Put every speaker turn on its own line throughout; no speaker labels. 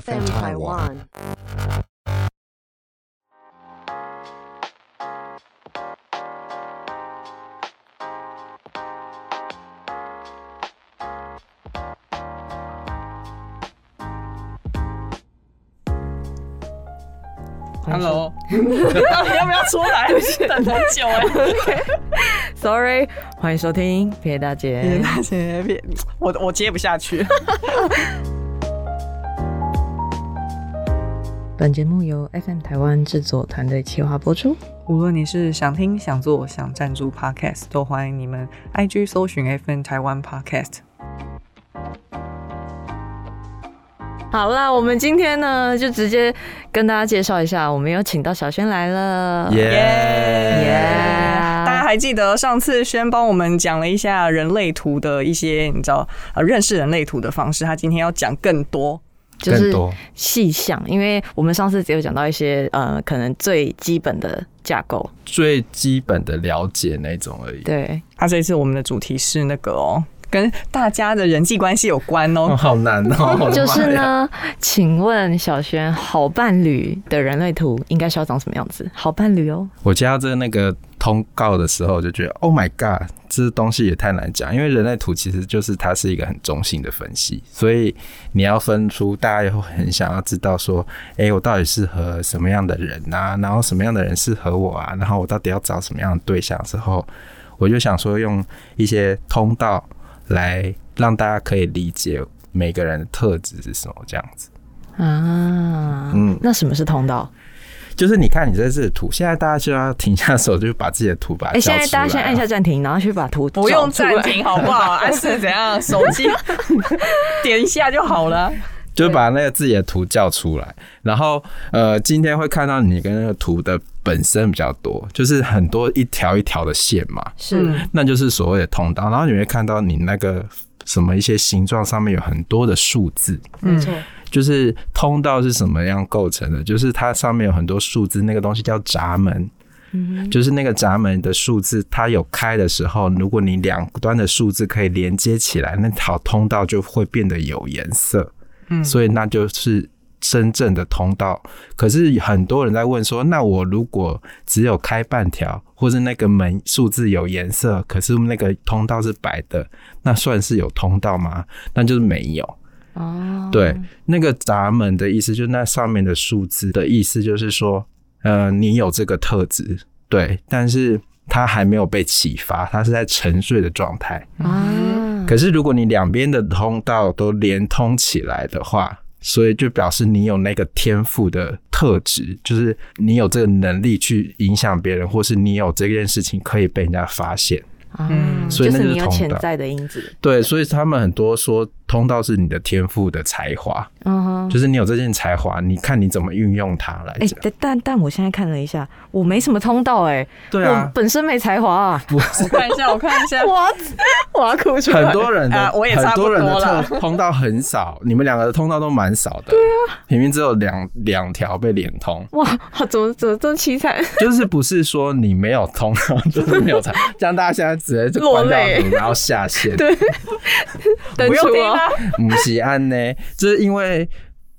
FM Taiwan.
欢迎收
Hello，到底要不要出来？等很久 哎、
Sorry，欢迎收听《撇大姐》
别大姐，哎别我我接不下去。
本节目由 FM 台湾制作团队企划播出。
无论你是想听、想做、想赞助 Podcast，都欢迎你们 IG 搜寻 FN 台湾 Podcast。
好啦，我们今天呢，就直接跟大家介绍一下，我们有请到小轩来了。
耶大家还记得上次轩帮我们讲了一下人类图的一些，你知道呃认识人类图的方式，他今天要讲更多。
就
更
是
多
细项，因为我们上次只有讲到一些呃，可能最基本的架构。
最基本的了解那种而已。
对，
他、这次我们的主题是那个哦，跟大家的人际关系有关
哦，
哦。
好难 哦！我的
就
妈
是
呀，
呢，请问小轩，好伴侣的人类图应该是要长什么样子？好伴侣哦，
我接到这那个通告的时候，就觉得 Oh my God，这东西也太难讲。因为人类图其实就是它是一个很中性的分析，所以你要分出大家也会很想要知道说，哎、我到底适合什么样的人啊？然后什么样的人适合我啊？然后我到底要找什么样的对象之后，我就想说用一些通道来让大家可以理解每个人的特质是什么这样子。
啊，
嗯
那什么是通道？
就是你看你这次图，现在大家就要停下手，就把自己的图把它
哎、现
交出来、啊
在大家先按一下，暂停，然后去把图
不
找
用
出
暂
来。
停好不 好？安是怎样？手 机点一下就好了。
就把那个自己的图叫出来。然后呃，今天会看到你跟那个图的本身比较多，就是很多一条一条的线嘛，
是、
那就是所谓的通道。然后你会看到你那个什么一些形状上面有很多的数字，
没错，
就是通道是什么样构成的？就是它上面有很多数字，那个东西叫闸门。
嗯
就是那个闸门的数字，它有开的时候，如果你两端的数字可以连接起来，那条通道就会变得有颜色。
嗯
所以那就是真正的通道。可是很多人在问说，那我如果只有开半条，或是那个门数字有颜色，可是那个通道是白的，那算是有通道吗？那就是没有。
哦，
对，那个闸门的意思，就是那上面的数字的意思，就是说，呃，你有这个特质，对，但是它还没有被启发，它是在沉睡的状态。
嗯
啊，
可是如果你两边的通道都连通起来的话，所以就表示你有那个天赋的特质，就是你有这个能力去影响别人，或是你有这件事情可以被人家发现。
啊
嗯
所以
就
那
是
就是
你有
通道
潜在的因子，
对，所以他们很多说通道是你的天赋的才华，
嗯哼。
就是你有这件才华，你看你怎么运用它来
哎、
讲。
但但但我现在看了一下，我没什么通道哎、
对
我
啊，
本身没才华、啊，，
我看一下，我看一 下
我我要哭出 来。
很多人的、
啊我也
很
差不
多
多
人的
啦
通通道很少，你们两个的通道都蛮少的。对啊，明明只有两两条被连通，
哇，啊怎么怎么这么凄惨？
就是不是说你没有通道就是没有才，这样大家现在直接就关掉
落泪
你，然后下线。
对
不用听
啊
啦。
母喜案呢，就是因为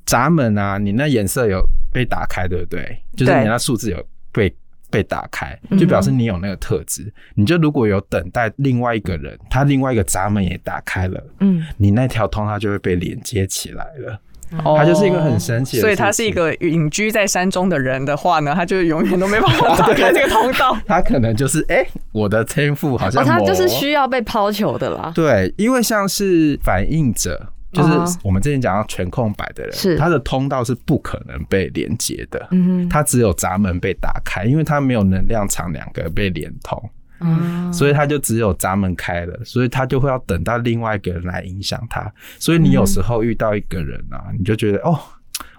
闸门啊，你那颜色有被打开，对不对？就是
对
你那数字有被被打开，就表示你有那个特质。你就如果有等待另外一个人，他另外一个闸门也打开了，
嗯，
你那条通它就会被连接起来了。
它
它就是一个很神奇的事情。
所以他是一个隐居在山中的人的话呢，他就永远都没办法打开这个通道
它可能就是哎、诶我的天赋好像
哦，他
我
就是需要被抛球的啦。
对，因为像是反应者。就是
哦
我们之前讲到全空白的人，
是
他的通道是不可能被连接的，
嗯
他只有闸门被打开，因为他没有能量场两个被连通，
嗯哼，
所以他就只有闸门开了，所以他就会要等到另外一个人来影响他。所以你
嗯
有时候遇到一个人啊，你就觉得哦，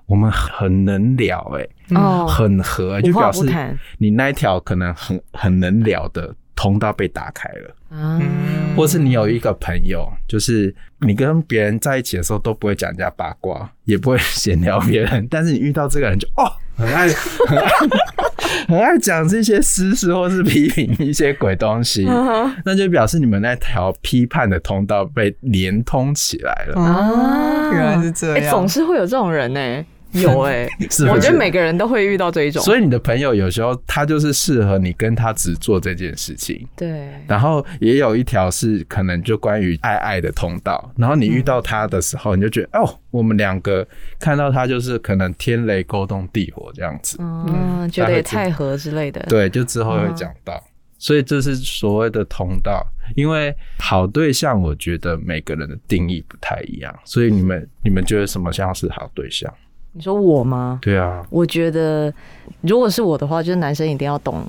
我们很能聊、欸，
啊哦，
很合、就
无话
表
不
示
谈
你那一条可能很很能聊的通道被打开了，
啊，
嗯
或是你有一个朋友，就是你跟别 人在一起的时候都不会讲人家八卦，也不会闲聊别人，但是你遇到这个人就哦，很爱很爱 很爱讲这些私事，或是批评一些鬼东西，
嗯
那就表示你们那条批判的通道被连通起来了，
啊
原来是这
哎、
样
总是会有这种人呢、有哎、
是不是？
我觉得每个人都会遇到这一种。
所以你的朋友有时候他就是适合你跟他只做这件事情，
对，
然后也有一条是可能就关于爱爱的通道，然后你遇到他的时候，你就觉得、哦，我们两个看到他就是可能天雷勾动地火这样子，
嗯，觉得也太合之类的。
对，嗯就之后会讲到，所以这是所谓的通道。因为好对象，我觉得每个人的定义不太一样，所以你们你们觉得什么像是好对象？
你说我吗？
对啊，
我觉得如果是我的话，就是男生一定要懂，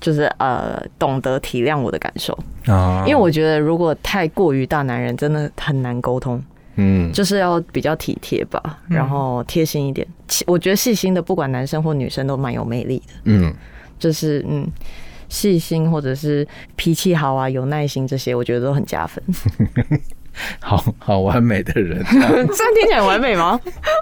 就是呃，懂得体谅我的感受，
啊
嗯
因为我觉得如果太过于大男人，真的很难沟通。
嗯，
就是要比较体贴吧，
嗯
然后贴心一点。其我觉得细心的，不管男生或女生都蛮有魅力的，
嗯，
就是嗯。细心或者是脾气好啊，有耐心这些，我觉得都很加 分。
好好完美的人，
这样听起来完美 吗？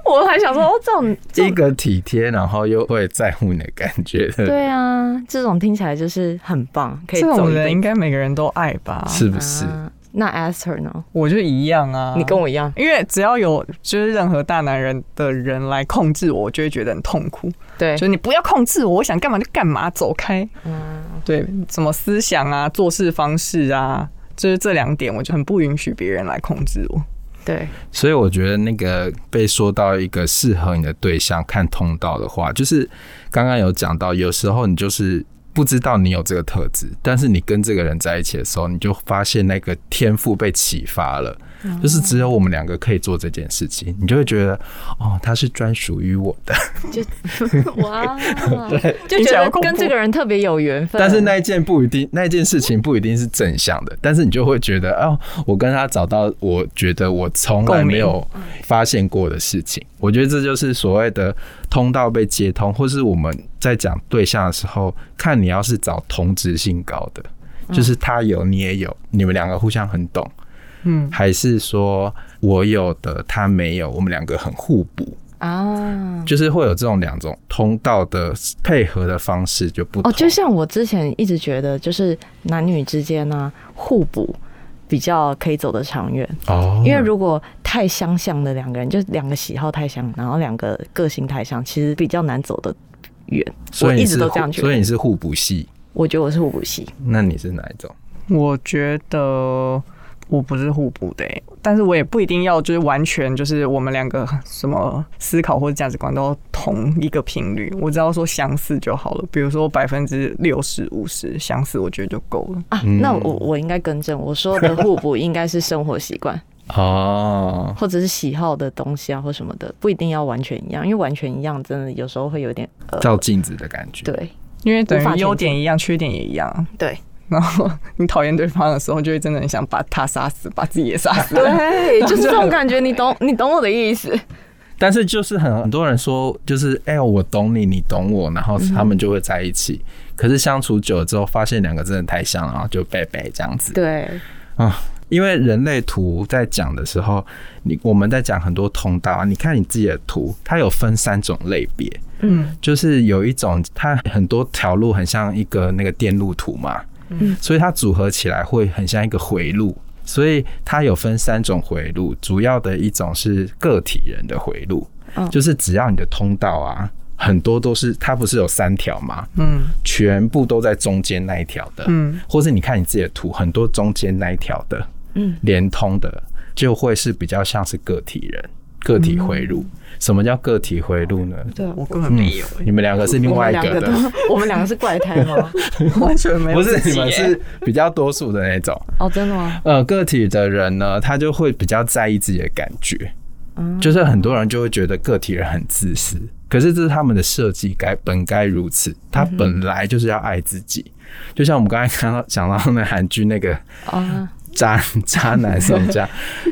我还想说，哦，这种
一个体贴，然后又会在乎你的感觉的人，
对啊，这种听起来就是很棒，可以
这
走
种
一
人
辈
应
子。
该每个人都爱吧？
是不是？
啊那 Aster 呢？
我就一样啊。
你跟我一样，
因为只要有就是任何大男人的人来控制我，我就会觉得很痛苦。
对
就，是你不要控制我，我想干嘛就干嘛，走开。
嗯
对，什么思想啊、做事方式啊，就是这两点，我就很不允许别人来控制我。
对，
所以我觉得那个被说到一个适合你的对象看通道的话，就是刚刚有讲到，有时候你就是不知道你有这个特质，但是你跟这个人在一起的时候，你就发现那个天赋被启发了，就是只有我们两个可以做这件事情，你就会觉得哦，他是专属于我的。
哇，
对，
就觉
听起来
得
好恐怖
跟这个人特别有缘分。
但是那一件不一定，那一件事情不一定是正向的，但是你就会觉得哦，我跟他找到我觉得我从来没有发现过的事情。我觉得这就是所谓的通道被接通，或是我们在讲对象的时候，看你要是找同质性高的，就是他有你也有，你们两个互相很懂，
嗯，
还是说我有的他没有，我们两个很互补。
啊，
就是会有这种两种通道的配合的方式就不同，
哦，就像我之前一直觉得，就是男女之间呢、互补比较可以走得长远。
哦
因为如果太相像的两个人，就是两个喜好太像，然后两个个性太像，其实比较难走得远。
所以
我
你
一
是
直都这样觉
所以
得。
你是互补系，
我觉得我是互补系，
那你是哪一种？
我觉得我不是互补的欸、但是我也不一定要就是完全就是我们两个什么思考或者价值观都同一个频率，我只要说相似就好了。比如说百分之六十五十相似，我觉得就够了。
啊，那我我应该更正，我说的互补应该是生活习惯
哦，
或者是喜好的东西啊，或什么的，不一定要完全一样，因为完全一样真的有时候会有点呃，
照镜子的感觉。，
对
因为等
无法
于
前
优
进
点一样，缺点也一样。啊
对
然后你讨厌对方的时候，就会真的很想把他杀死，把自己也杀死。
对， 就是这种感觉，你懂 你懂我的意思，
但是就是很很多人说，就是哎、我懂你，你懂我，然后
嗯
他们就会在一起。可是相处久了之后，发现两个真的太像了，然后就拜拜这样子。
对，
啊因为人类图在讲的时候，你我们在讲很多通道啊，你看你自己的图，它有分三种类别，
嗯，
就是有一种它很多条路很像一个那个电路图嘛，
嗯
所以它组合起来会很像一个回路，所以它有分三种回路，主要的一种是个体人的回路，
嗯
就是只要你的通道啊，很多都是它不是有三条嘛，
嗯
全部都在中间那一条的，
嗯，
或是你看你自己的图，很多中间那一条的，
嗯，
连通的就会是比较像是个体人、个体回路。什么叫个体回路呢？
嗯
嗯
对，
我根本没有，
你们两个是另
我
外
们
一
两
个
个
的
都，， 我们两个是怪胎吗？
完全没有。
不是你们是比较多数的那种。
哦，真的吗？
呃，个体的人呢，他就会比较在意自己的感觉，就是很多人就会觉得个体人很自私，可是这是他们的设计该本该如此，他本来就是要爱自己。就像我们刚才看到讲到那韩剧那个
啊，
渣渣男什么 渣，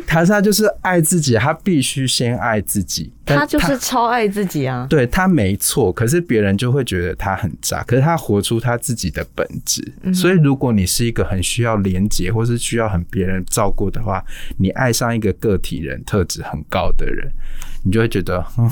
他他就是爱自己，他必须先爱自己。但
他就是超爱自己啊。
对他没错，可是别人就会觉得他很渣，可是他活出他自己的本质。所以，如果你是一个很需要连接，或是需要很别人照顾的话，你爱上一个个体人特质很高的人，你就会觉得，嗯，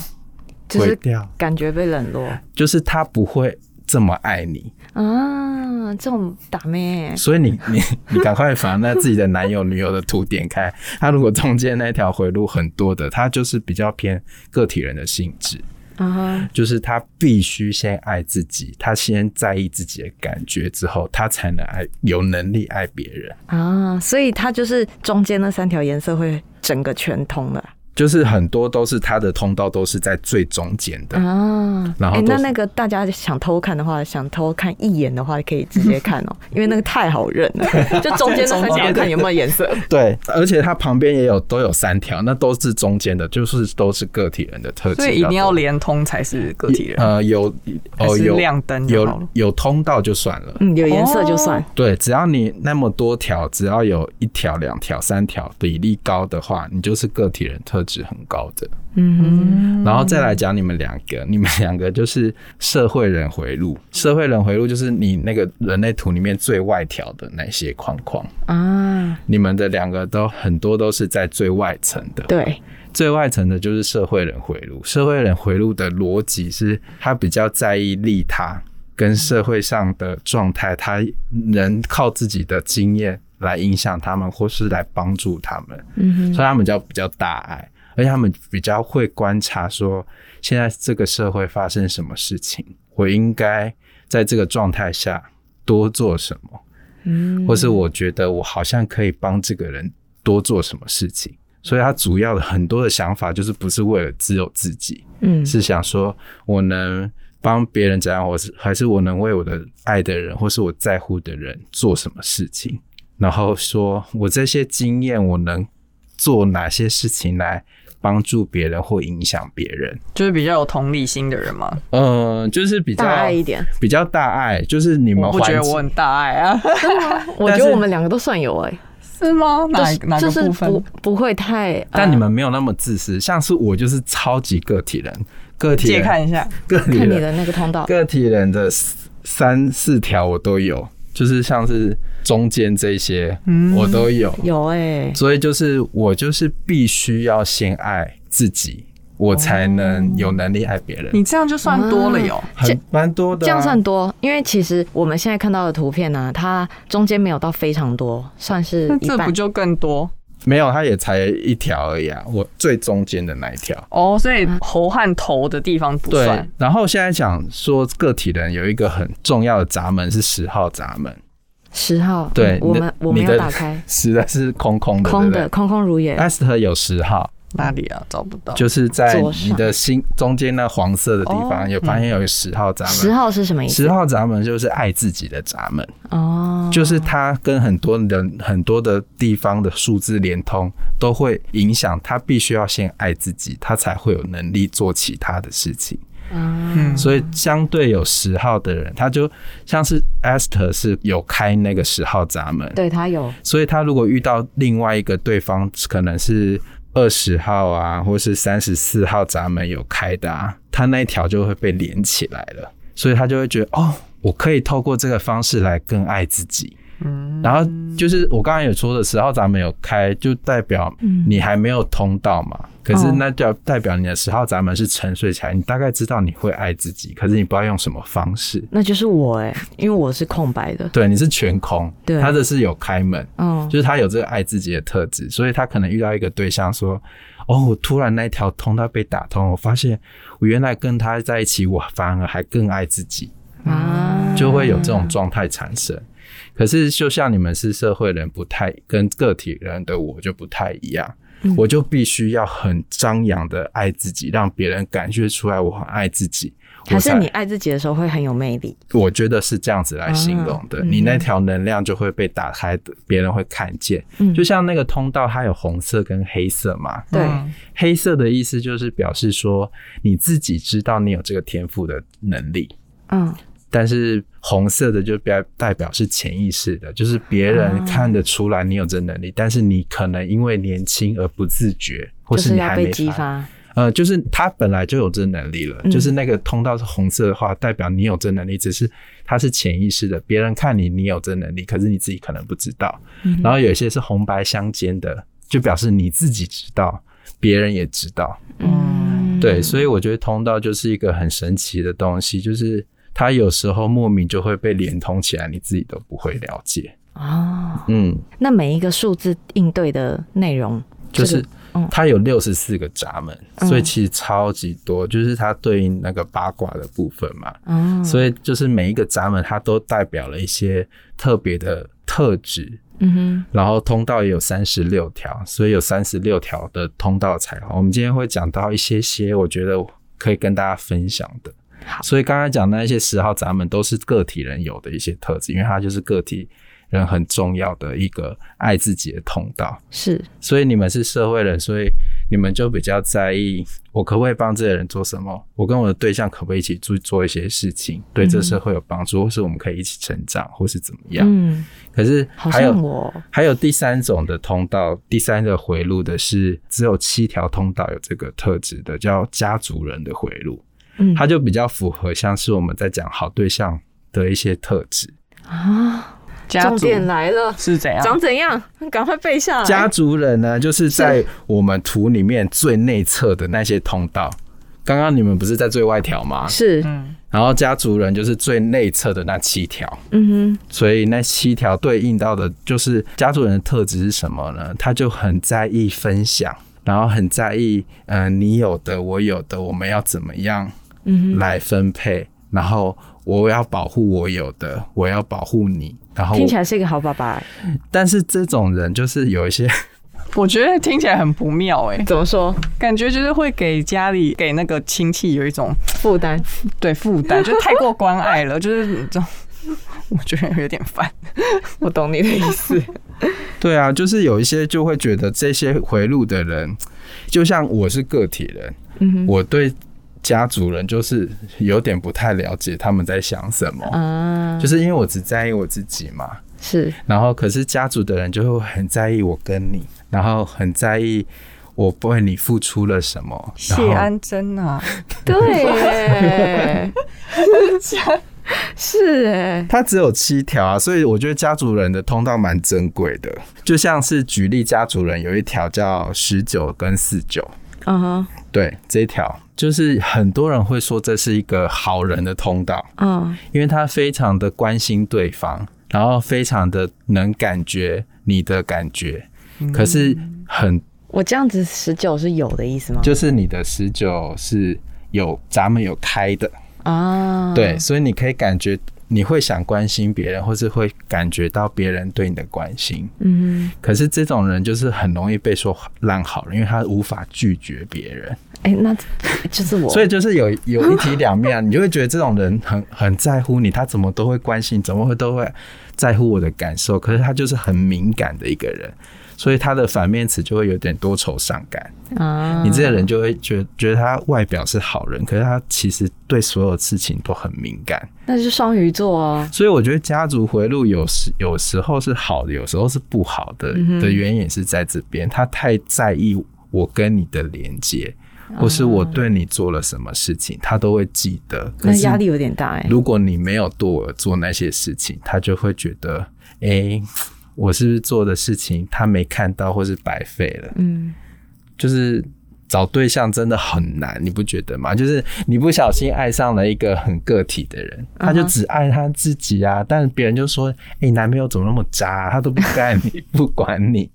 就是
毁掉，
感觉被冷落
就是他不会这么爱你，
啊，这种打妹
所以你你你赶快把那自己的男友女友的图点开， 他如果中间那条回路很多的，他就是比较偏个体人的性质，
啊哈，
就是他必须先爱自己，他先在意自己的感觉之后，他才能爱有能力爱别人，
啊，所以它就是中间那三条颜色会整个全通了
就是很多都是他的通道都是在最中间的。
啊。
然后
诶
都
那
是
那个大家想偷看的话，想偷看一眼的话，可以直接看 哦，因为那个太好认 了，就中间那三条看有没有颜色。
对，而且它旁边也有都有三条，那都是中间的，就是都是个体人的特质，
所以一定要连通才是个体人。
呃，有
还
哦
是
有
亮灯就好了
有有通道就算了。
嗯，有颜色就算
哦
对，只要你那么多条，只要有一条、两条、三条比例高的话，你就是个体人特质很高的。
嗯
然后再来讲你们两个， 你们两个就是社会人回路。社会人回路就是你那个人类图里面最外条的那些框框，
啊，
你们的两个都很多都是在最外层的。
对，
最外层的就是社会人回路。社会人回路的逻辑是，他比较在意利他跟社会上的状态，他能靠自己的经验来影响他们，或是来帮助他们，
嗯
所以他们比较比较大爱，而且他们比较会观察说，现在这个社会发生什么事情，我应该在这个状态下多做什么。
嗯
或是我觉得我好像可以帮这个人多做什么事情。所以他主要的很多的想法就是不是为了只有自己，
嗯
是想说我能帮别人怎样，我是还是我能为我的爱的人或是我在乎的人做什么事情，然后说我这些经验我能做哪些事情来帮助别人或影响别人。
就是比较有同理心的人嘛。
嗯、就是比较
大爱一点。
比较大爱，就是你们
我不觉得
缓解
我很大爱啊，
我觉得我们两个都算有哎、
是吗？哪
就是
哪
就
个
是
部
不
分？
不会太，呃
但你们没有那么自私，像是我就是超级个体人，个体
借
人
看一下，
个体
看你
人
的那个通道，
个体人的四三四条我都有，就是像是中间这些
嗯
我都有，
有
欸
哎、
所以就是我就是必须要先爱自己，我才能有能力爱别人，
你这样就算多了哟。
很蛮多的、
哦这
啊，
样算多，因为其实我们现在看到的图片呢、它中间没有到非常多，算是
那
一
这不
半。
就更多
没有，它也才一条而已啊，我最中间的那一条。
哦？所以喉和头的地方不
对
算，，
然后现在讲说个体人有一个很重要的闸门是十号闸门，
十号，
对
嗯，我
你的
们我没
你
有
的
打开，
实在是空空的，
空
对
的
不
空空如也
对。Esther 有十号，
哪里啊？找不到。
就是在
左上嗯
你的心中间那黄色的地
哦
方，有发现有十号闸
十
门。
号是什么意思？
十号闸门就是爱自己的闸门，
哦，
就是它跟很多人很多的地方的数字连通，都会影响他必须要先爱自己，他才会有能力做其他的事情。
啊，
嗯，
所以相对有十号的人，他就像是 Esther 是有开那个十号闸门，
对，它有
所以他如果遇到另外一个对方可能是二十号啊，或是三十四号闸门有开的啊，他那一条就会被连起来了，所以他就会觉得哦，我可以透过这个方式来更爱自己。嗯，然后就是我刚才有说的十号闸门有开，就代表你还没有通到嘛。可是那就代表你的十号闸门是沉睡起来，你大概知道你会爱自己，可是你不知道用什么方式。
那就是我哎、因为我是空白的，
对，你是全空，
对
他的是有开门，
嗯，
就是他有这个爱自己的特质，所以他可能遇到一个对象说：“哦，我突然那一条通道被打通，我发现我原来跟他在一起，我反而还更爱自己，
啊，
就会有这种状态产生。”可是，就像你们是社会人，不太跟个体人的我就不太一样，
嗯
我就必须要很张扬的爱自己，让别人感觉出来我很爱自己。
还
我
是
才
你爱自己的时候会很有魅力，
我觉得是这样子来形
啊
容的，
嗯
你那条能量就会被打开的，别人会看见。
嗯
就像那个通道，它有红色跟黑色嘛，
对，
嗯
黑色的意思就是表示说你自己知道你有这个天赋的能力，
嗯，
但是红色的就表代表是潜意识的，就是别
啊
人看得出来你有这能力，但是你可能因为年轻而不自觉，或
就是
你
要
还
被
没
激
发
发，
呃，就是他本来就有这能力了，
嗯
就是那个通道是红色的话，代表你有这能力，只是它是潜意识的，别人看你你有这能力，可是你自己可能不知道。
嗯
然后有一些是红白相间的，就表示你自己知道，别人也知道，
嗯。
嗯
对，所以我觉得通道就是一个很神奇的东西，就是它有时候莫名就会被连通起来，你自己都不会了解。
哦，
嗯，
那每一个数字应对的内容
就是
嗯
它有六十四个闸门，
嗯
所以其实超级多，就是它对应那个八卦的部分嘛。
哦，
所以就是每一个闸门，它都代表了一些特别的特质。
嗯哼，
然后通道也有三十六条，所以有三十六条的通道彩虹。我们今天会讲到一些些，我觉得可以跟大家分享的。
好
所以刚才讲那一些十号闸门都是个体人有的一些特质，因为它就是个体人很重要的一个爱自己的通道。
是
所以你们是社会人，所以你们就比较在意我可不可以帮这些人做什么，我跟我的对象可不可以一起做做一些事
嗯
情，对这社会有帮助，或是我们可以一起成长，或是怎么样。
嗯，
可是
好
还有
像我
还有第三种的通道，第三个回路的是只有七条通道有这个特质的，叫家族人的回路，
嗯
它就比较符合像是我们在讲好对象的一些特质。
啊，
家族
来了，
是怎样？
怎样？赶快背下来
家族人呢，就是在我们图里面最内侧的那些通道。刚刚你们不是在最外条吗？
是，
嗯，
然后家族人就是最内侧的那七条，
嗯哼，
所以那七条对应到的就是家族人的特质是什么呢？他就很在意分享，然后很在意，嗯、你有的我有的，我们要怎么样
嗯
来分配？然后我要保护我有的，我要保护你。然后
哼，
我
听起来是一个好爸爸欸，
但是这种人就是有一些
我觉得听起来很不妙哎、
怎么说？
感觉就是会给家里给那个亲戚有一种
负担
对负担，就是太过关爱了， 就是这种，我觉得有点烦。
我懂你的意思。
对啊，就是有一些就会觉得这些回路的人，就像我是个体人，
嗯哼，
我对家族人就是有点不太了解他们在想什么，
啊，
就是因为我只在意我自己嘛。
是
然后可是家族的人就会很在意我跟你，然后很在意我为你付出了什么。然
谢
后
安真啊，
对耶， 是哎，
它只有七条啊，所以我觉得家族人的通道蛮珍贵的。就像是举例，家族人有一条叫十九跟四九，
嗯哼，
对，这一条就是很多人会说这是一个好人的通道，
嗯
因为他非常的关心对方，然后非常的能感觉你的感觉，可是很
我这样子十九是有的意思吗？
就是你的十九是有闸门有开的，
啊，
对，，所以你可以感觉你会想关心别人，或是会感觉到别人对你的关心。
嗯
可是这种人就是很容易被说烂好人，因为他无法拒绝别人。
哼，哎，那就是我，
所以就是有有一体两面啊，你 就会觉得这种人很很在乎你，他怎么都会关心，怎么会都会在乎我的感受，可是他就是很敏感的一个人，所以他的反面词就会有点多愁善感。
啊，
你这个人就会觉觉得他外表是好人，可是他其实对所有事情都很敏感，
那就是双鱼座哦，
所以我觉得家族回路有时有时候是好的，有时候是不好的
嗯
的原因也是在这边，他太在意我跟你的连接。或是我对你做了什么事情，他都会记得。
啊
可
那
是
压力有点大哎，
如果你没有对我做那些事情，他就会觉得，哎、我是不是做的事情他没看到，或是白费了？
嗯，
就是找对象真的很难，你不觉得吗？就是你不小心爱上了一个很个体的人，他就只爱他自己啊，但别人就说，哎、你男朋友怎么那么渣啊、他都不爱 你，不管你。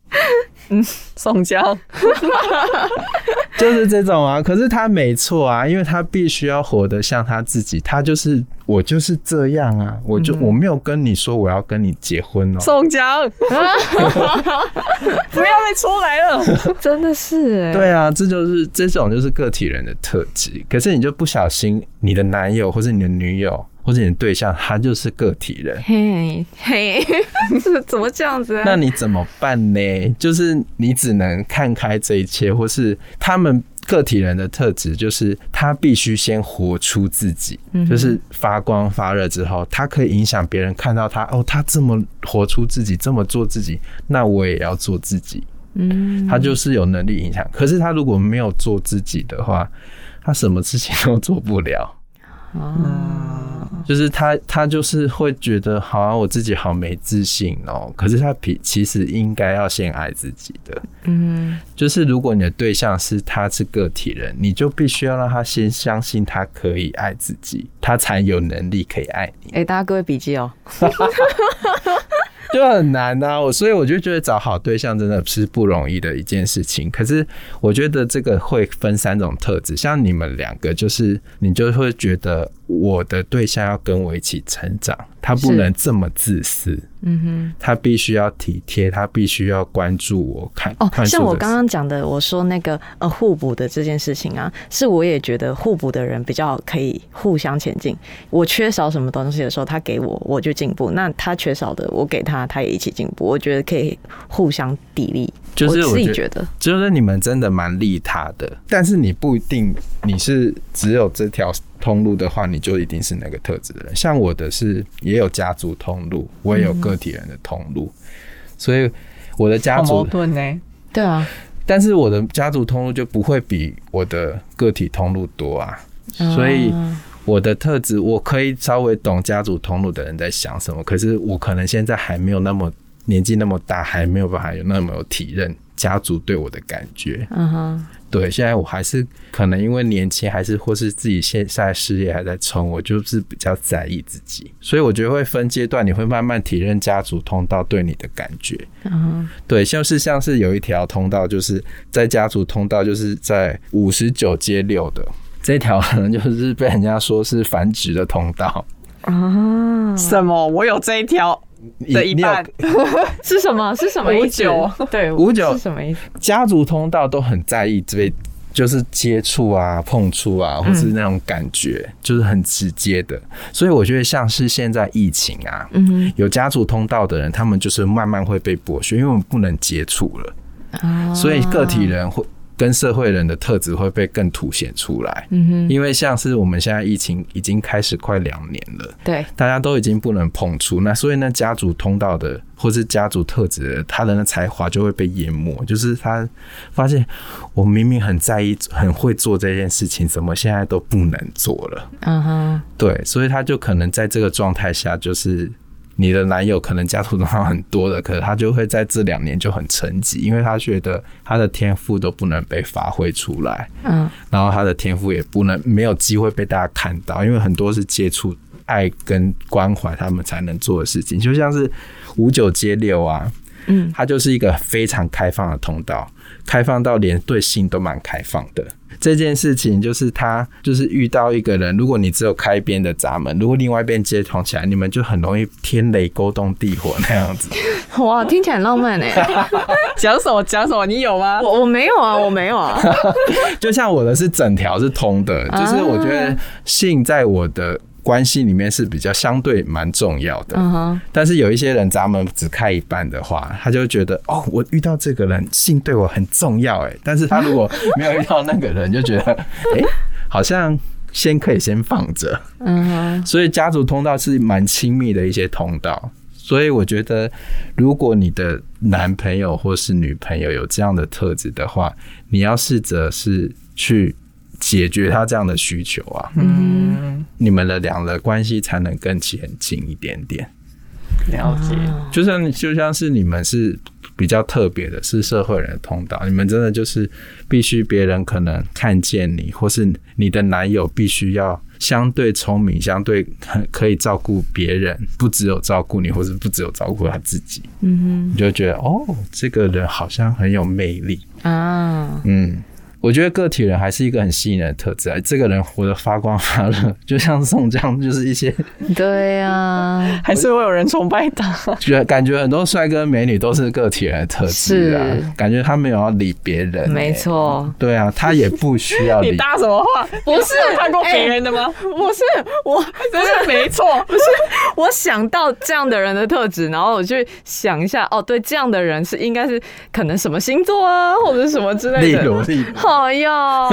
宋江，
就是这种啊，可是他没错啊，因为他必须要活得像他自己，他就是我就是这样啊，我就、我没有跟你说我要跟你结婚哦，
宋 江，不要再出来了。
真的是哎，
对啊，这就是这种就是个体人的特质，可是你就不小心，你的男友或是你的女友或者你的对象，他就是个体人，
嘿嘿，这怎么这样子啊？
那你怎么办呢？ 就是你只能看开这一切，或是他们个体人的特质，就是他必须先活出自己，
嗯
就是发光发热之后，他可以影响别人看到他哦，他这么活出自己，这么做自己，那我也要做自己。
嗯，
他就是有能力影响，可是他如果没有做自己的话，他什么事情都做不了。
啊，
就是他他就是会觉得好像我自己好没自信哦，可是他比其实应该要先爱自己的，
嗯，
就是如果你的对象是他是个体人，你就必须要让他先相信他可以爱自己，他才有能力可以爱你。
哎、大家各位笔记哦，
就很难呐、我所以我就觉得找好对象真的是不容易的一件事情。可是我觉得这个会分三种特质，像你们两个，就是你就会觉得我的对象要跟我一起成长，他不
是
能这么自私，
嗯
他必须要体贴，他必须要关注我看。
哼，哦，
看
像
住
我
的
刚刚讲的，我说那个呃互补的这件事情啊，是我也觉得互补的人比较可以互相前进。我缺少什么东西的时候，他给我，我就进步；那他缺少的，我给他，他也一起进步。我觉得可以互相砥砺，
就是
我
我
自己
觉
觉得，
就是你们真的蛮利他的，但是你不一定你是只有这条通路的话，你就一定是那个特质的人。像我的是也有家族通路，我也有个体人的通路，所以我的家
好
族
矛，盾呢、
对啊，
但是我的家族通路就不会比我的个体通路多啊，所以。
嗯
我的特质，我可以稍微懂家族同路的人在想什么，可是我可能现在还没有那么年纪那么大，还没有办法有那么有体认家族对我的感觉。
嗯哼，
对，现在我还是可能因为年轻，还是或是自己现在事业还在冲，我就是比较在意自己，所以我觉得会分阶段，你会慢慢体认家族通道对你的感觉。
嗯哼，
对，就是像是有一条通道，就是在家族通道，就是在五十九街六的这条，可能就是被人家说是繁殖的通道。
啊，
什么？我有这一条
你
的一半，
是什么？是什么意思？
五
对，
五九
是什么意思？
你有家族通道都很在意这被就是接触啊、碰触啊，或是那种感觉，就是很直接的。所以我觉得像是现在疫情啊，
嗯
有家族通道的人，他们就是慢慢会被剥削，因为我们不能接触了，
哼，啊
所以个体，人会跟社会人的特质会被更凸显出来。
嗯哼，
因为像是我们现在疫情已经开始快两年了，
对，
大家都已经不能碰触，那所以呢，家族通道的或是家族特质的，他的那才华就会被淹没。就是他发现，我明明很在意、很会做这件事情，怎么现在都不能做了？
嗯哼，
对，所以他就可能在这个状态下，就是你的男友可能家族通道很多的，可是他就会在这两年就很沉寂，因为他觉得他的天赋都不能被发挥出来。
嗯
然后他的天赋也不能没有机会被大家看到，因为很多是接触爱跟关怀他们才能做的事情，就像是五九街六啊，
嗯，
它就是一个非常开放的通道，开放到连对性都蛮开放的。这件事情就是他就是遇到一个人，如果你只有开一边的闸门，如果另外一边接通起来，你们就很容易天雷勾动地火那样子。
哇，听起来很浪漫哎，
讲什么讲什么？你有 吗？
我我没有啊，我没有啊，
就像我的是整条是通的，
啊
就是我觉得性在我的关系里面是比较相对蛮重要的。
嗯哼，
但是有一些人闸门只开一半的话，他就会觉得哦，我遇到这个人性对我很重要哎。但是他如果没有遇到那个人，就觉 得哎、诶好像先可以先放着。
嗯哼，
所以家族通道是蛮亲密的一些通道。所以我觉得，如果你的男朋友或是女朋友有这样的特质的话，你要试着是去解决他这样的需求啊，
嗯，
你们的两人关系才能更前进一点点。
了解。
就像就像是你们是比较特别的，是社会人的通道，你们真的就是必须别人可能看见你，或是你的男友必须要相对聪明，相对很可以照顾别人，不只有照顾你，或是不只有照顾他自己，
嗯
你就觉得哦，这个人好像很有魅力，
哼，啊，
嗯。我觉得个体人还是一个很吸引人的特质啊，这个人活得发光发热，就像宋江，就是一些
对啊，
还是会有人崇拜他，
觉得感觉很多帅哥美女都是个体人的特质啊
是，
感觉他没有要理别人、欸
没。错，
对啊，他也不需 要
你
理。
搭什么话？
不是
你有看过
哎
别人的吗？
不是我，
真哎是没错，
不是我想到这样的人的特质，然后我去想一下，哦，对，这样的人是应该是可能什么星座啊，或者什么之
例
类的。哎
如，例 如，
好哟，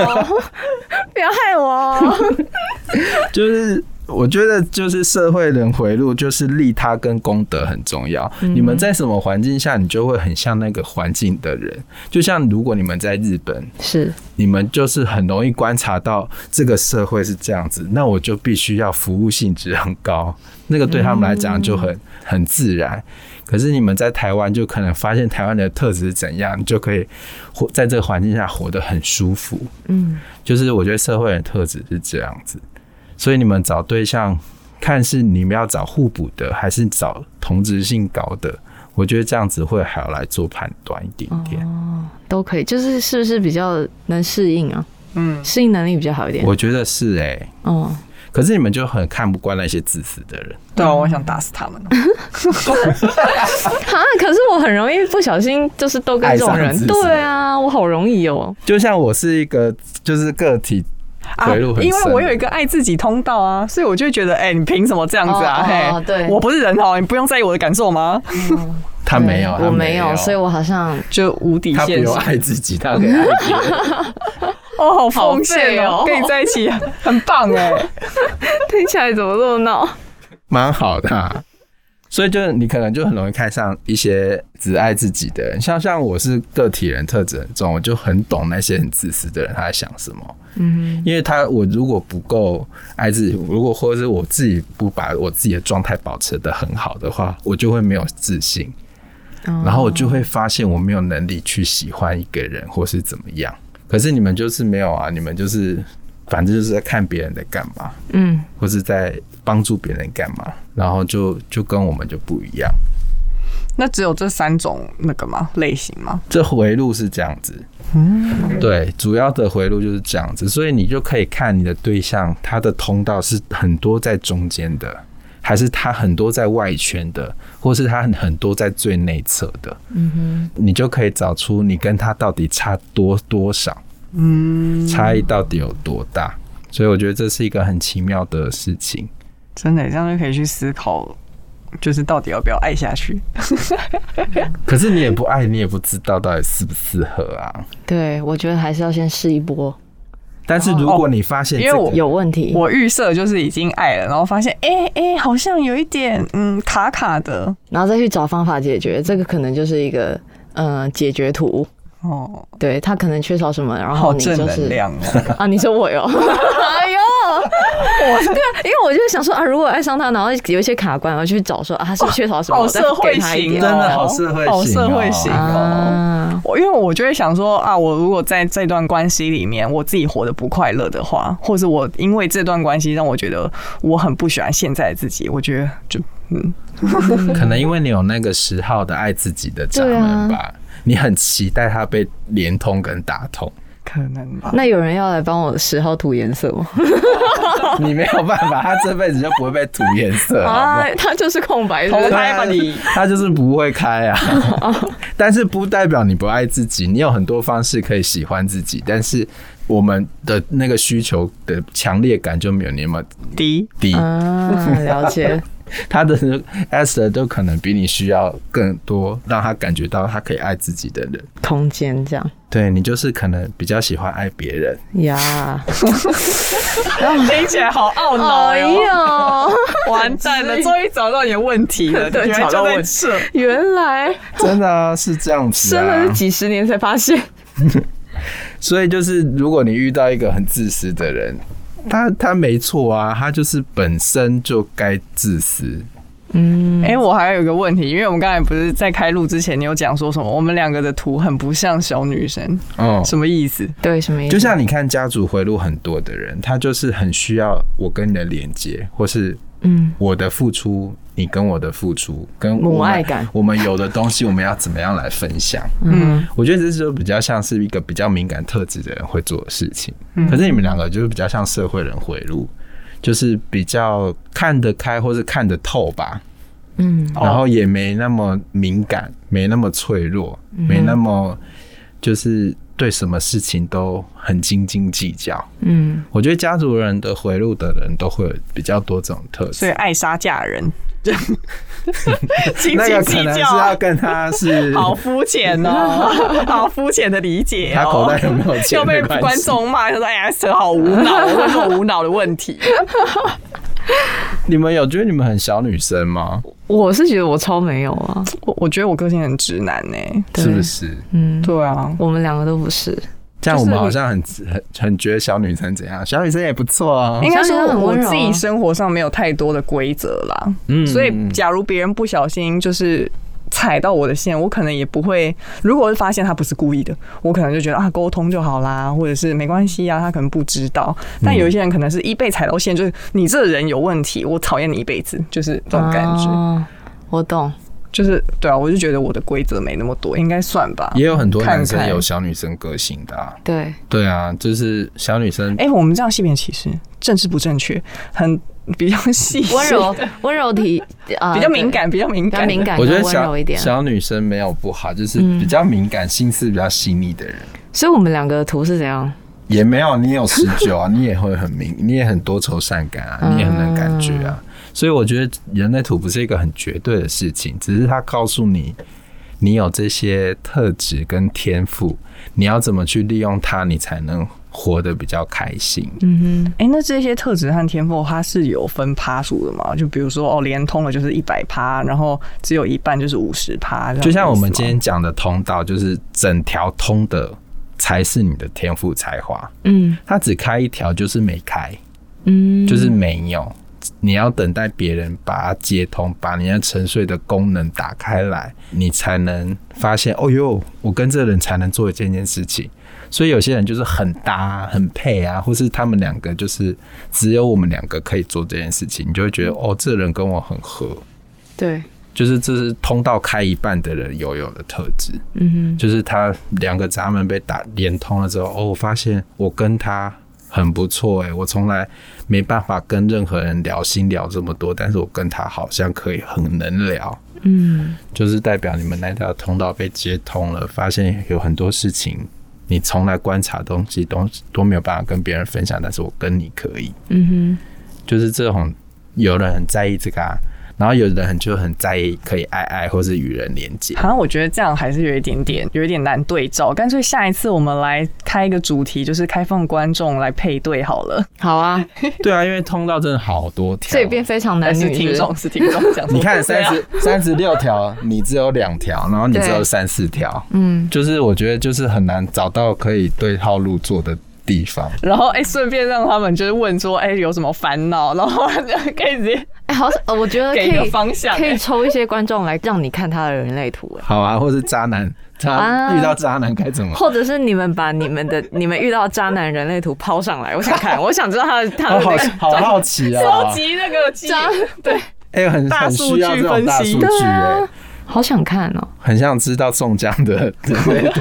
不要害我。
就是我觉得就是社会人回路，就是利他跟功德很重要。
嗯
你们在什么环境下，你就会很像那个环境的人。就像如果你们在日本，
是
你们就是很容易观察到这个社会是这样子，那我就必须要服务性质很高，那个对他们来讲就很很自然。可是你们在台湾就可能发现台湾的特质是怎样，你就可以活在这个环境下活得很舒服。
嗯，
就是我觉得社会的特质是这样子，所以你们找对象，看是你们要找互补的，还是找同质性高的。我觉得这样子会还要来做判断一点点。
都可以，就是是不是比较能适应啊？
嗯，
适应能力比较好一点。
我觉得是哎、
哦，
可是你们就很看不惯那些自私的人。
对啊，我想打死他们哦。
哈，可是我很容易不小心就是都跟这种
爱上
人，
自己
对啊，我好容易哦。
就像我是一个就是个体
啊，
回路很深
因为我有一个爱自己通道啊，所以我就会觉得，哎、你凭什么这样子啊？
哦
嘿，
哦对
我不是人哦，你不用在意我的感受吗？
他没有，
对嗯我
他
没有，
有，
所以我好像
就无底
他不
线
用
是
爱自己，他可以爱别人。
哦，好奉献哦
好，废哦
跟你在一起很棒哎、
听起来怎么这么闹？
蛮好的啊、所以就是你可能就很容易看上一些只爱自己的人，像像我是个体人特质很重，我就很懂那些很自私的人他在想什么。
嗯，
因为他我如果不够爱自己，如果或者是我自己不把我自己的状态保持的很好的话，我就会没有自信，然
然
后我就会发现我没有能力去喜欢一个人或是怎么样。可是你们就是没有啊，你们就是反正就是在看别人在干嘛。
嗯，
或是在帮助别人干嘛，然后就就跟我们就不一样。
那只有这三种那个吗？类型吗？
这回路是这样子，嗯，对，主要的回路就是这样子，所以你就可以看你的对象，他的通道是很多在中间的，还是他很多在外圈的，或是他很多在最内侧的，嗯哼，你就可以找出你跟他到底差多多少，嗯，差异到底有多大。所以我觉得这是一个很奇妙的事情。
真的，这样就可以去思考，就是到底要不要爱下去。
可是你也不爱，你也不知道到底适不适合啊。
对，我觉得还是要先试一波，
但是如果你发现、
哦
这
因为
个
我
有问题。
我预设就是已经爱了，然后发现，哎、哎、好像有一点嗯卡卡的
然后再去找方法解决，这个可能就是一个呃解决图，
哦，
对他可能缺少什么，然后
好
你
正
就
能
是
量哦。
啊，你说我有，哎呦， 对，因为我就想说啊，如果爱上他，然后有一些卡关，我就去找说啊，他是不是缺少什么，
好
我再
社会
给他一
型
点
哦，
真的好社会型哦
好社会型哦。
啊，
我因为我就会想说啊，我如果在这段关系里面，我自己活得不快乐的话，或者我因为这段关系让我觉得我很不喜欢现在的自己，我觉得就嗯，
可能因为你有那个十号的爱自己的闸门吧，
啊
你很期待它被连通跟打通，
可能吧。
那有人要来帮我十号涂颜色吗？
你没有办法，它这辈子就不会被涂颜 色。好不好
啊，他就是空白，是不
投
是
哦胎吧 你，
它就是不会开 啊，但是不代表你不爱自己，你有很多方式可以喜欢自己，但是我们的那个需求的强烈感就没有你那么
低
低。
啊，了解，
他的 Esther 都可能比你需要更多，让他感觉到他可以爱自己的人。
空间这样
对你就是可能比较喜欢爱别人，
呀，
听起来好懊恼
哎
哟、
呦，
完蛋了，终于找到你的问题了，
对
原来
找到
就在
问
这。
原来
真的、啊、是这样子、
生了
啊
是。几十年才发现，
所以就是，如果你遇到一个很自私的人，他他没错啊，他就是本身就该自私。
嗯
哎、我还有一个问题，因为我们刚才不是在开录之前，你有讲说什么？我们两个的图很不像小女生，
哦、
什么意思？
对，什么意思？
就像你看家族回路很多的人，他就是很需要我跟你的连接，或是
嗯，
我的付出，你跟我的付出，跟我们
母爱感
我们有的东西，我们要怎么样来分享？
嗯，
我觉得这就比较像是一个比较敏感特质的人会做的事情。
嗯
可是你们两个就是比较像社会人回路，就是比较看得开或是看得透吧。
嗯，
哦
然后也没那么敏感，没那么脆弱，
嗯
没那么就是对什么事情都很斤斤计较。
嗯，
我觉得家族人的回路的人都会有比较多这种特质
所以。爱杀嫁人， 斤
那
斤
个可
计
能
较
是要
啊，
跟他是
好肤浅 哦，好肤浅的理解、哦。
他口袋 有没有
又
钱
被
没关
观
系
众骂，他说：“哎呀，扯好无脑，我问这种无脑的问题。”
你们有觉得你们很小女生吗？
我是觉得我超没有啊，
我我觉得我个性很直男呢、
对
是不是？
嗯，
对啊，
我们两个都不是，
这样
就
我
是
们好像很很很觉得小女生怎样？小女生也不错啊。
应该说
小女生很
我
温柔啊
自己生活上没有太多的规则啦，
嗯
所以假如别人不小心就是。踩到我的线，我可能也不会。如果是发现他不是故意的，我可能就觉得啊，沟通就好啦，或者是没关系啊，他可能不知道。
嗯
但有一些人可能是一被踩到线，就是你这人有问题，我讨厌你一辈子，就是这种感觉。
哦我懂，
就是对啊，我就觉得我的规则没那么多，应该算吧。
也有很多男
看
生
开
有小女生个性的、啊。
对，
对啊，就是小女生
哎、我们这样性别歧视，正是不正确，很比较细致
温柔，温柔体啊，
比较敏感，比较
对，
敏
比较
感，
敏感，
我觉得
更温
小
柔一点嗯啊。
小女生没有不好，就是比较敏感、心思比较细腻的人
所以我们两个的图是怎样？
也没有。你有持 久啊，你也会很敏，你也很多愁善感啊，
嗯
你也很能感觉啊。所以我觉得人类图不是一个很绝对的事情，只是它告诉你你有这些特质跟天赋，你要怎么去利用它，你才能活得比较开心。
嗯哼，
哎、那这些特质和天赋，它是有分趴数的吗？就比如说，哦，连通了就是一百趴，然后只有一半就是五十趴，
就像我们今
天
天讲的通道，就是整条通的才是你的天赋才华，
嗯
它只开一条就是没开。
嗯，
就是没有，你要等待别人把它接通，把你的沉睡的功能打开来，你才能发现，哦哟，我跟这人才能做这件事情。所以有些人就是很搭啊、很配啊，或是他们两个就是只有我们两个可以做这件事情，你就会觉得哦，这人跟我很合，
对，
就是这是通道开一半的人有有的特质。
嗯
就是他两个闸门被打连通了之后，哦，我发现我跟他很不错诶、欸我从来没办法跟任何人聊心聊这么多，但是我跟他好像可以很能聊，
哼，嗯
就是代表你们那条通道被接通了，发现有很多事情你从来观察东西都都没有办法跟别人分享，但是我跟你可以，
嗯
就是这种有人很在意这个、啊，然后有人很就很在意可以爱爱或是与人连接，
好像我觉得这样还是有一点点，有一点难对照。干脆下一次我们来开一个主题，就是开放观众来配对好了。
哼，好啊，
对啊，因为通道真的好多条，。
这里变非常男
还
女是
是
不是
听众，是听众讲
你看三
对啊
十三十六条，你只有两条，然后你只有
对
三四条，
嗯，
就是我觉得就是很难找到可以对号入座的地方。
然后哎，顺、便让他们就是问说，哎、有什么烦恼，然后可以直接
哎，好，呃我觉得可
给一个
以
方向、
可以
哎
抽一些观众来让你看他的人类图，哎，
好啊，或是渣男，渣、
啊
遇到渣男该怎么？
或者是你们把你们的你们遇到渣男人类图抛上来，我想看，我想知道他的他的
好好
那个
哦 好好奇
收
啊！
集那个记忆
渣，
哎、很
大
很
数
需
据
要这种大
分析
数据、哎、
好想看哦，
很想知道宋江的对呀、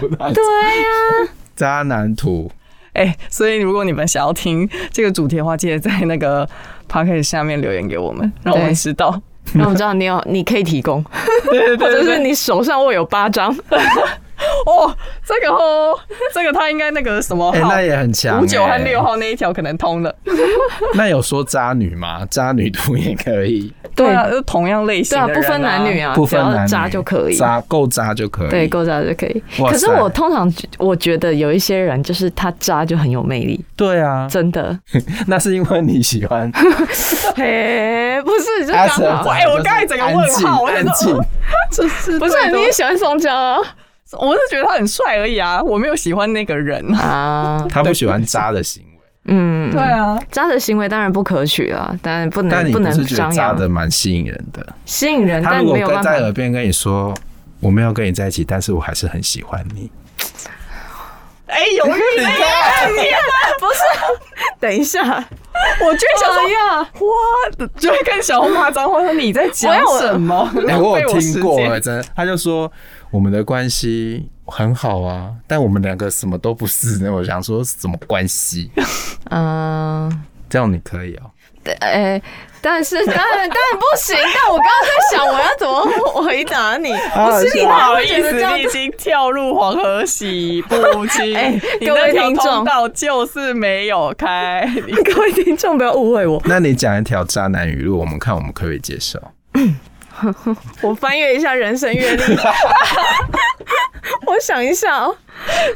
渣男图。
哎、所以如果你们想要听这个主题的话，记得在那个 p o c a s t 下面留言给我们，让我们
对
知道。
让我知道你有你可以提供，
对
或
对对
者
对
是你手上握有八张，
哦，这个哦，这个他应该那个什么
哎、
号
那，也很强、
五九和
哎
六。号那一条可能通了。
那有说渣女吗？渣女图也可以，
对啊，就同样类
对
型
啊，
的人、
不分男女。啊，
不
只
分男
要
女
渣就可以，
渣够渣就可以。
对，够渣就可以。
哇塞
可是我通常我觉得有一些人就是他渣就很有魅力，
对啊，
真的。
那是因为你喜欢
嘿，不是，就是
阿
刚
成长
好。
哎我刚才整个问号我
安
想
静
说
安静，
就是
不是，你也喜欢松江啊？
我是觉得他很帅而已啊，我没有喜欢那个人。
啊，
他不喜欢渣的行为，
嗯，
对啊，
渣的行为当然不可取啦，当然不
但
能
你
能
是觉得
张
渣
扬
的蛮吸引人的。
吸引人，
他
但
如果
没有
跟
办法
在。 耳边跟你说。我没有跟你在一起，但是我还是很喜欢 你。
哎、犹豫了耶，
等一下，哎
我就想说。
呀，
哇， 就会跟小红骂脏话说你在讲
我有
什么？
哎、
浪
我
费
有听
时
过、
间
哎真的。他就说我们的关系很好啊，但我们两个什么都不是。那我想说什么关系？
嗯，
这样你可以哦、
对哎，但是当然当然不行。但我刚刚在想，我要怎么回答你？
啊
我心里
不
哪
好
会
意
觉得
思，
这样
你已经跳入黄河洗不清。
哎
你
各
那
位
条
听
通
众
道就是没有开。 你
各位听众不要误会我，
那你讲一条渣男语录，我们看我们可不可以接受？
我翻阅一下人生阅历。我想一下哦，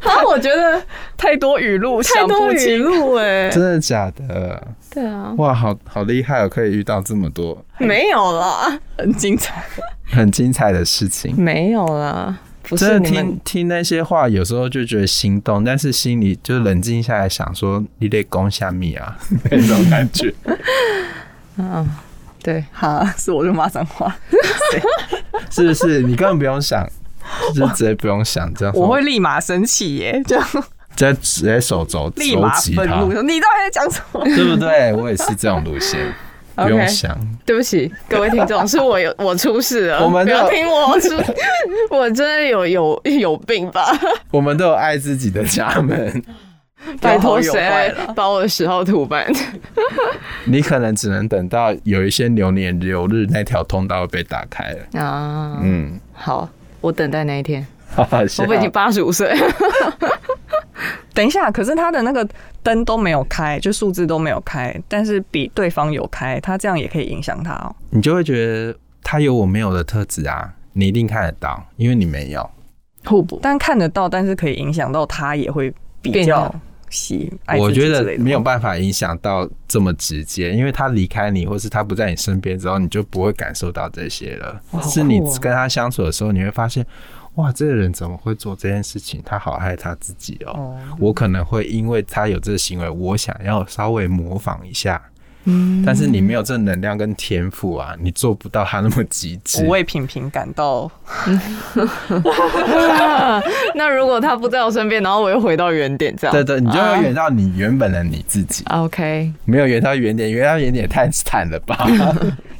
好，我觉得
太多语录，
太
想
多
不
语
清。
录哎，
真的假的？
对啊，
哇，好好厉害哦，可以遇到这么多
没有啦，
很精彩。
很精彩的事情。
没有啦，不是
真的
你们
听听那些话，有时候就觉得心动，但是心里就冷静下来想说，你得攻下米啊 那种感觉。
对，
哈，是我就骂脏话，
是不是？你根本不用想，就直接不用想，这 样
我会立马生气耶，就
直接直接手肘
立
肘
马
击
愤
他，
怒，说你到底在讲什么？
对不对？我也是这种 路线，不
OK
用想。
对不起各位听众，是我有 我出事了，
我们
不
就
要听我 出，我真的有有有病 吧？
我们都有爱自己的家门，
拜托
有
谁
好有坏
来
啦
把我的十号图办？
你可能只能等到有一些流年流日那条通道被打开了。
啊，
嗯，
好，我等待那一天。
哈 哈，谢
我
谢
们已经八十五岁，
等一下，可是他的那个灯都没有开，就数字都没有开，但是比对方有开，他这样也可以影响他哦。
你就会觉得他有我没有的特质啊，你一定看得到，因为你没有。
互补。
但看得到，但是可以影响到他，也会比
变
较
好
喜爱
我
自己
觉
之
得
类的
没有
吗
办法影响到这么直接，因为他离开你，或是他不在你身边之后，你就不会感受到这些了。
哇好酷哦
是你跟他相处的时候，你会发现，哇，这个人怎么会做这件事情？他好爱他自己哦。
哦，
我可能会因为他有这个行为，我想要稍微模仿一下。但是你没有这能量跟天赋啊，你做不到他那么极致
我。为平平感到
那如果他不在我身边，然后我又回到原点，这样
对对，你就
啊
要远到你原本的你自己，
OK，
没有远到原点，远到原点也太惨了 吧？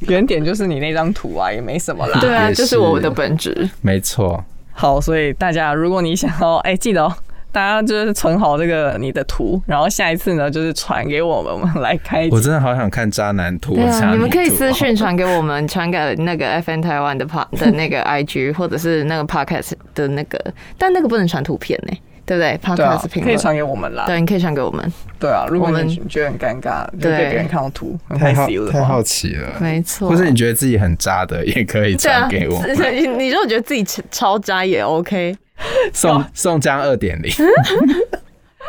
原点就是你那张图啊，也没什 么啦。
对啊，
也
就是是我的本质。
没错，
好，所以大家如果你想要，哎、记得哦，大家就是存好这个你的图，然后下一次呢，就是传给我们，我们来开一集
我真的好想看渣男图，
对
我想
啊，你们可以
图
私讯传给我们，传给那个 FN 台湾的 p 的那个 IG，或 者是那个 Podcast 的那个，但那个不能传图片呢、对不对
对啊
？Podcast 评
可以
论。
传给我们啦。
对，你可以传给我们，
对啊，如果
我
你
们
觉得很尴尬，就被
对
别人看到图很害
太好
羞的
太
话
好，奇了，
没错。
或是你觉得自己很渣的，也可 以
对啊
传，给我，
你你如果觉得自己超渣也 OK，
宋宋江二点 零，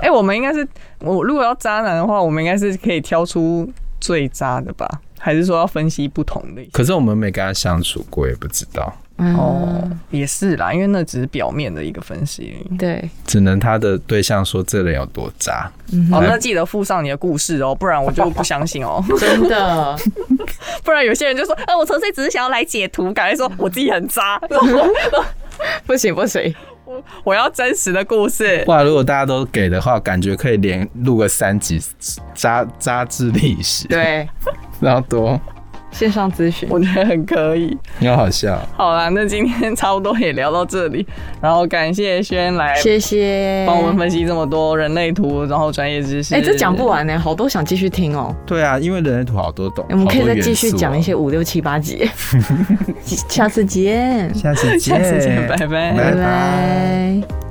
哎、我们应该是我如果要渣男的话，我们应该是可以挑出最渣的吧？还是说要分析不同的？
可是我们没跟他相处过，也不知道，
哦，
哦，也是啦，因为那只是表面的一个分析而已。
对，
只能他的对象说这人有多渣，
好，哦那记得附上你的故事哦，不然我就不相信哦。
真的，
不然有些人就说，哎、我纯粹只是想要来解图，感觉说我自己很渣，
不行不行，
我要真实的故事。
哇！如果大家都给的话，感觉可以连录个三集渣渣之历史，，
对，
然后多，
线上咨询，
我觉得很可以。
你好好笑，
好啦，那今天差不多也聊到这里，然后感谢轩来
谢谢，
帮我们分析这么多人类图，然后专业知识。
哎、这讲不。完呢、好多想继续听哦、哎
对啊，因为人类图好多懂，
我们可以
好多
再
元
继续
素哦
讲一些，五六七八集，下次见，
下次见，
下次见拜拜
拜
拜拜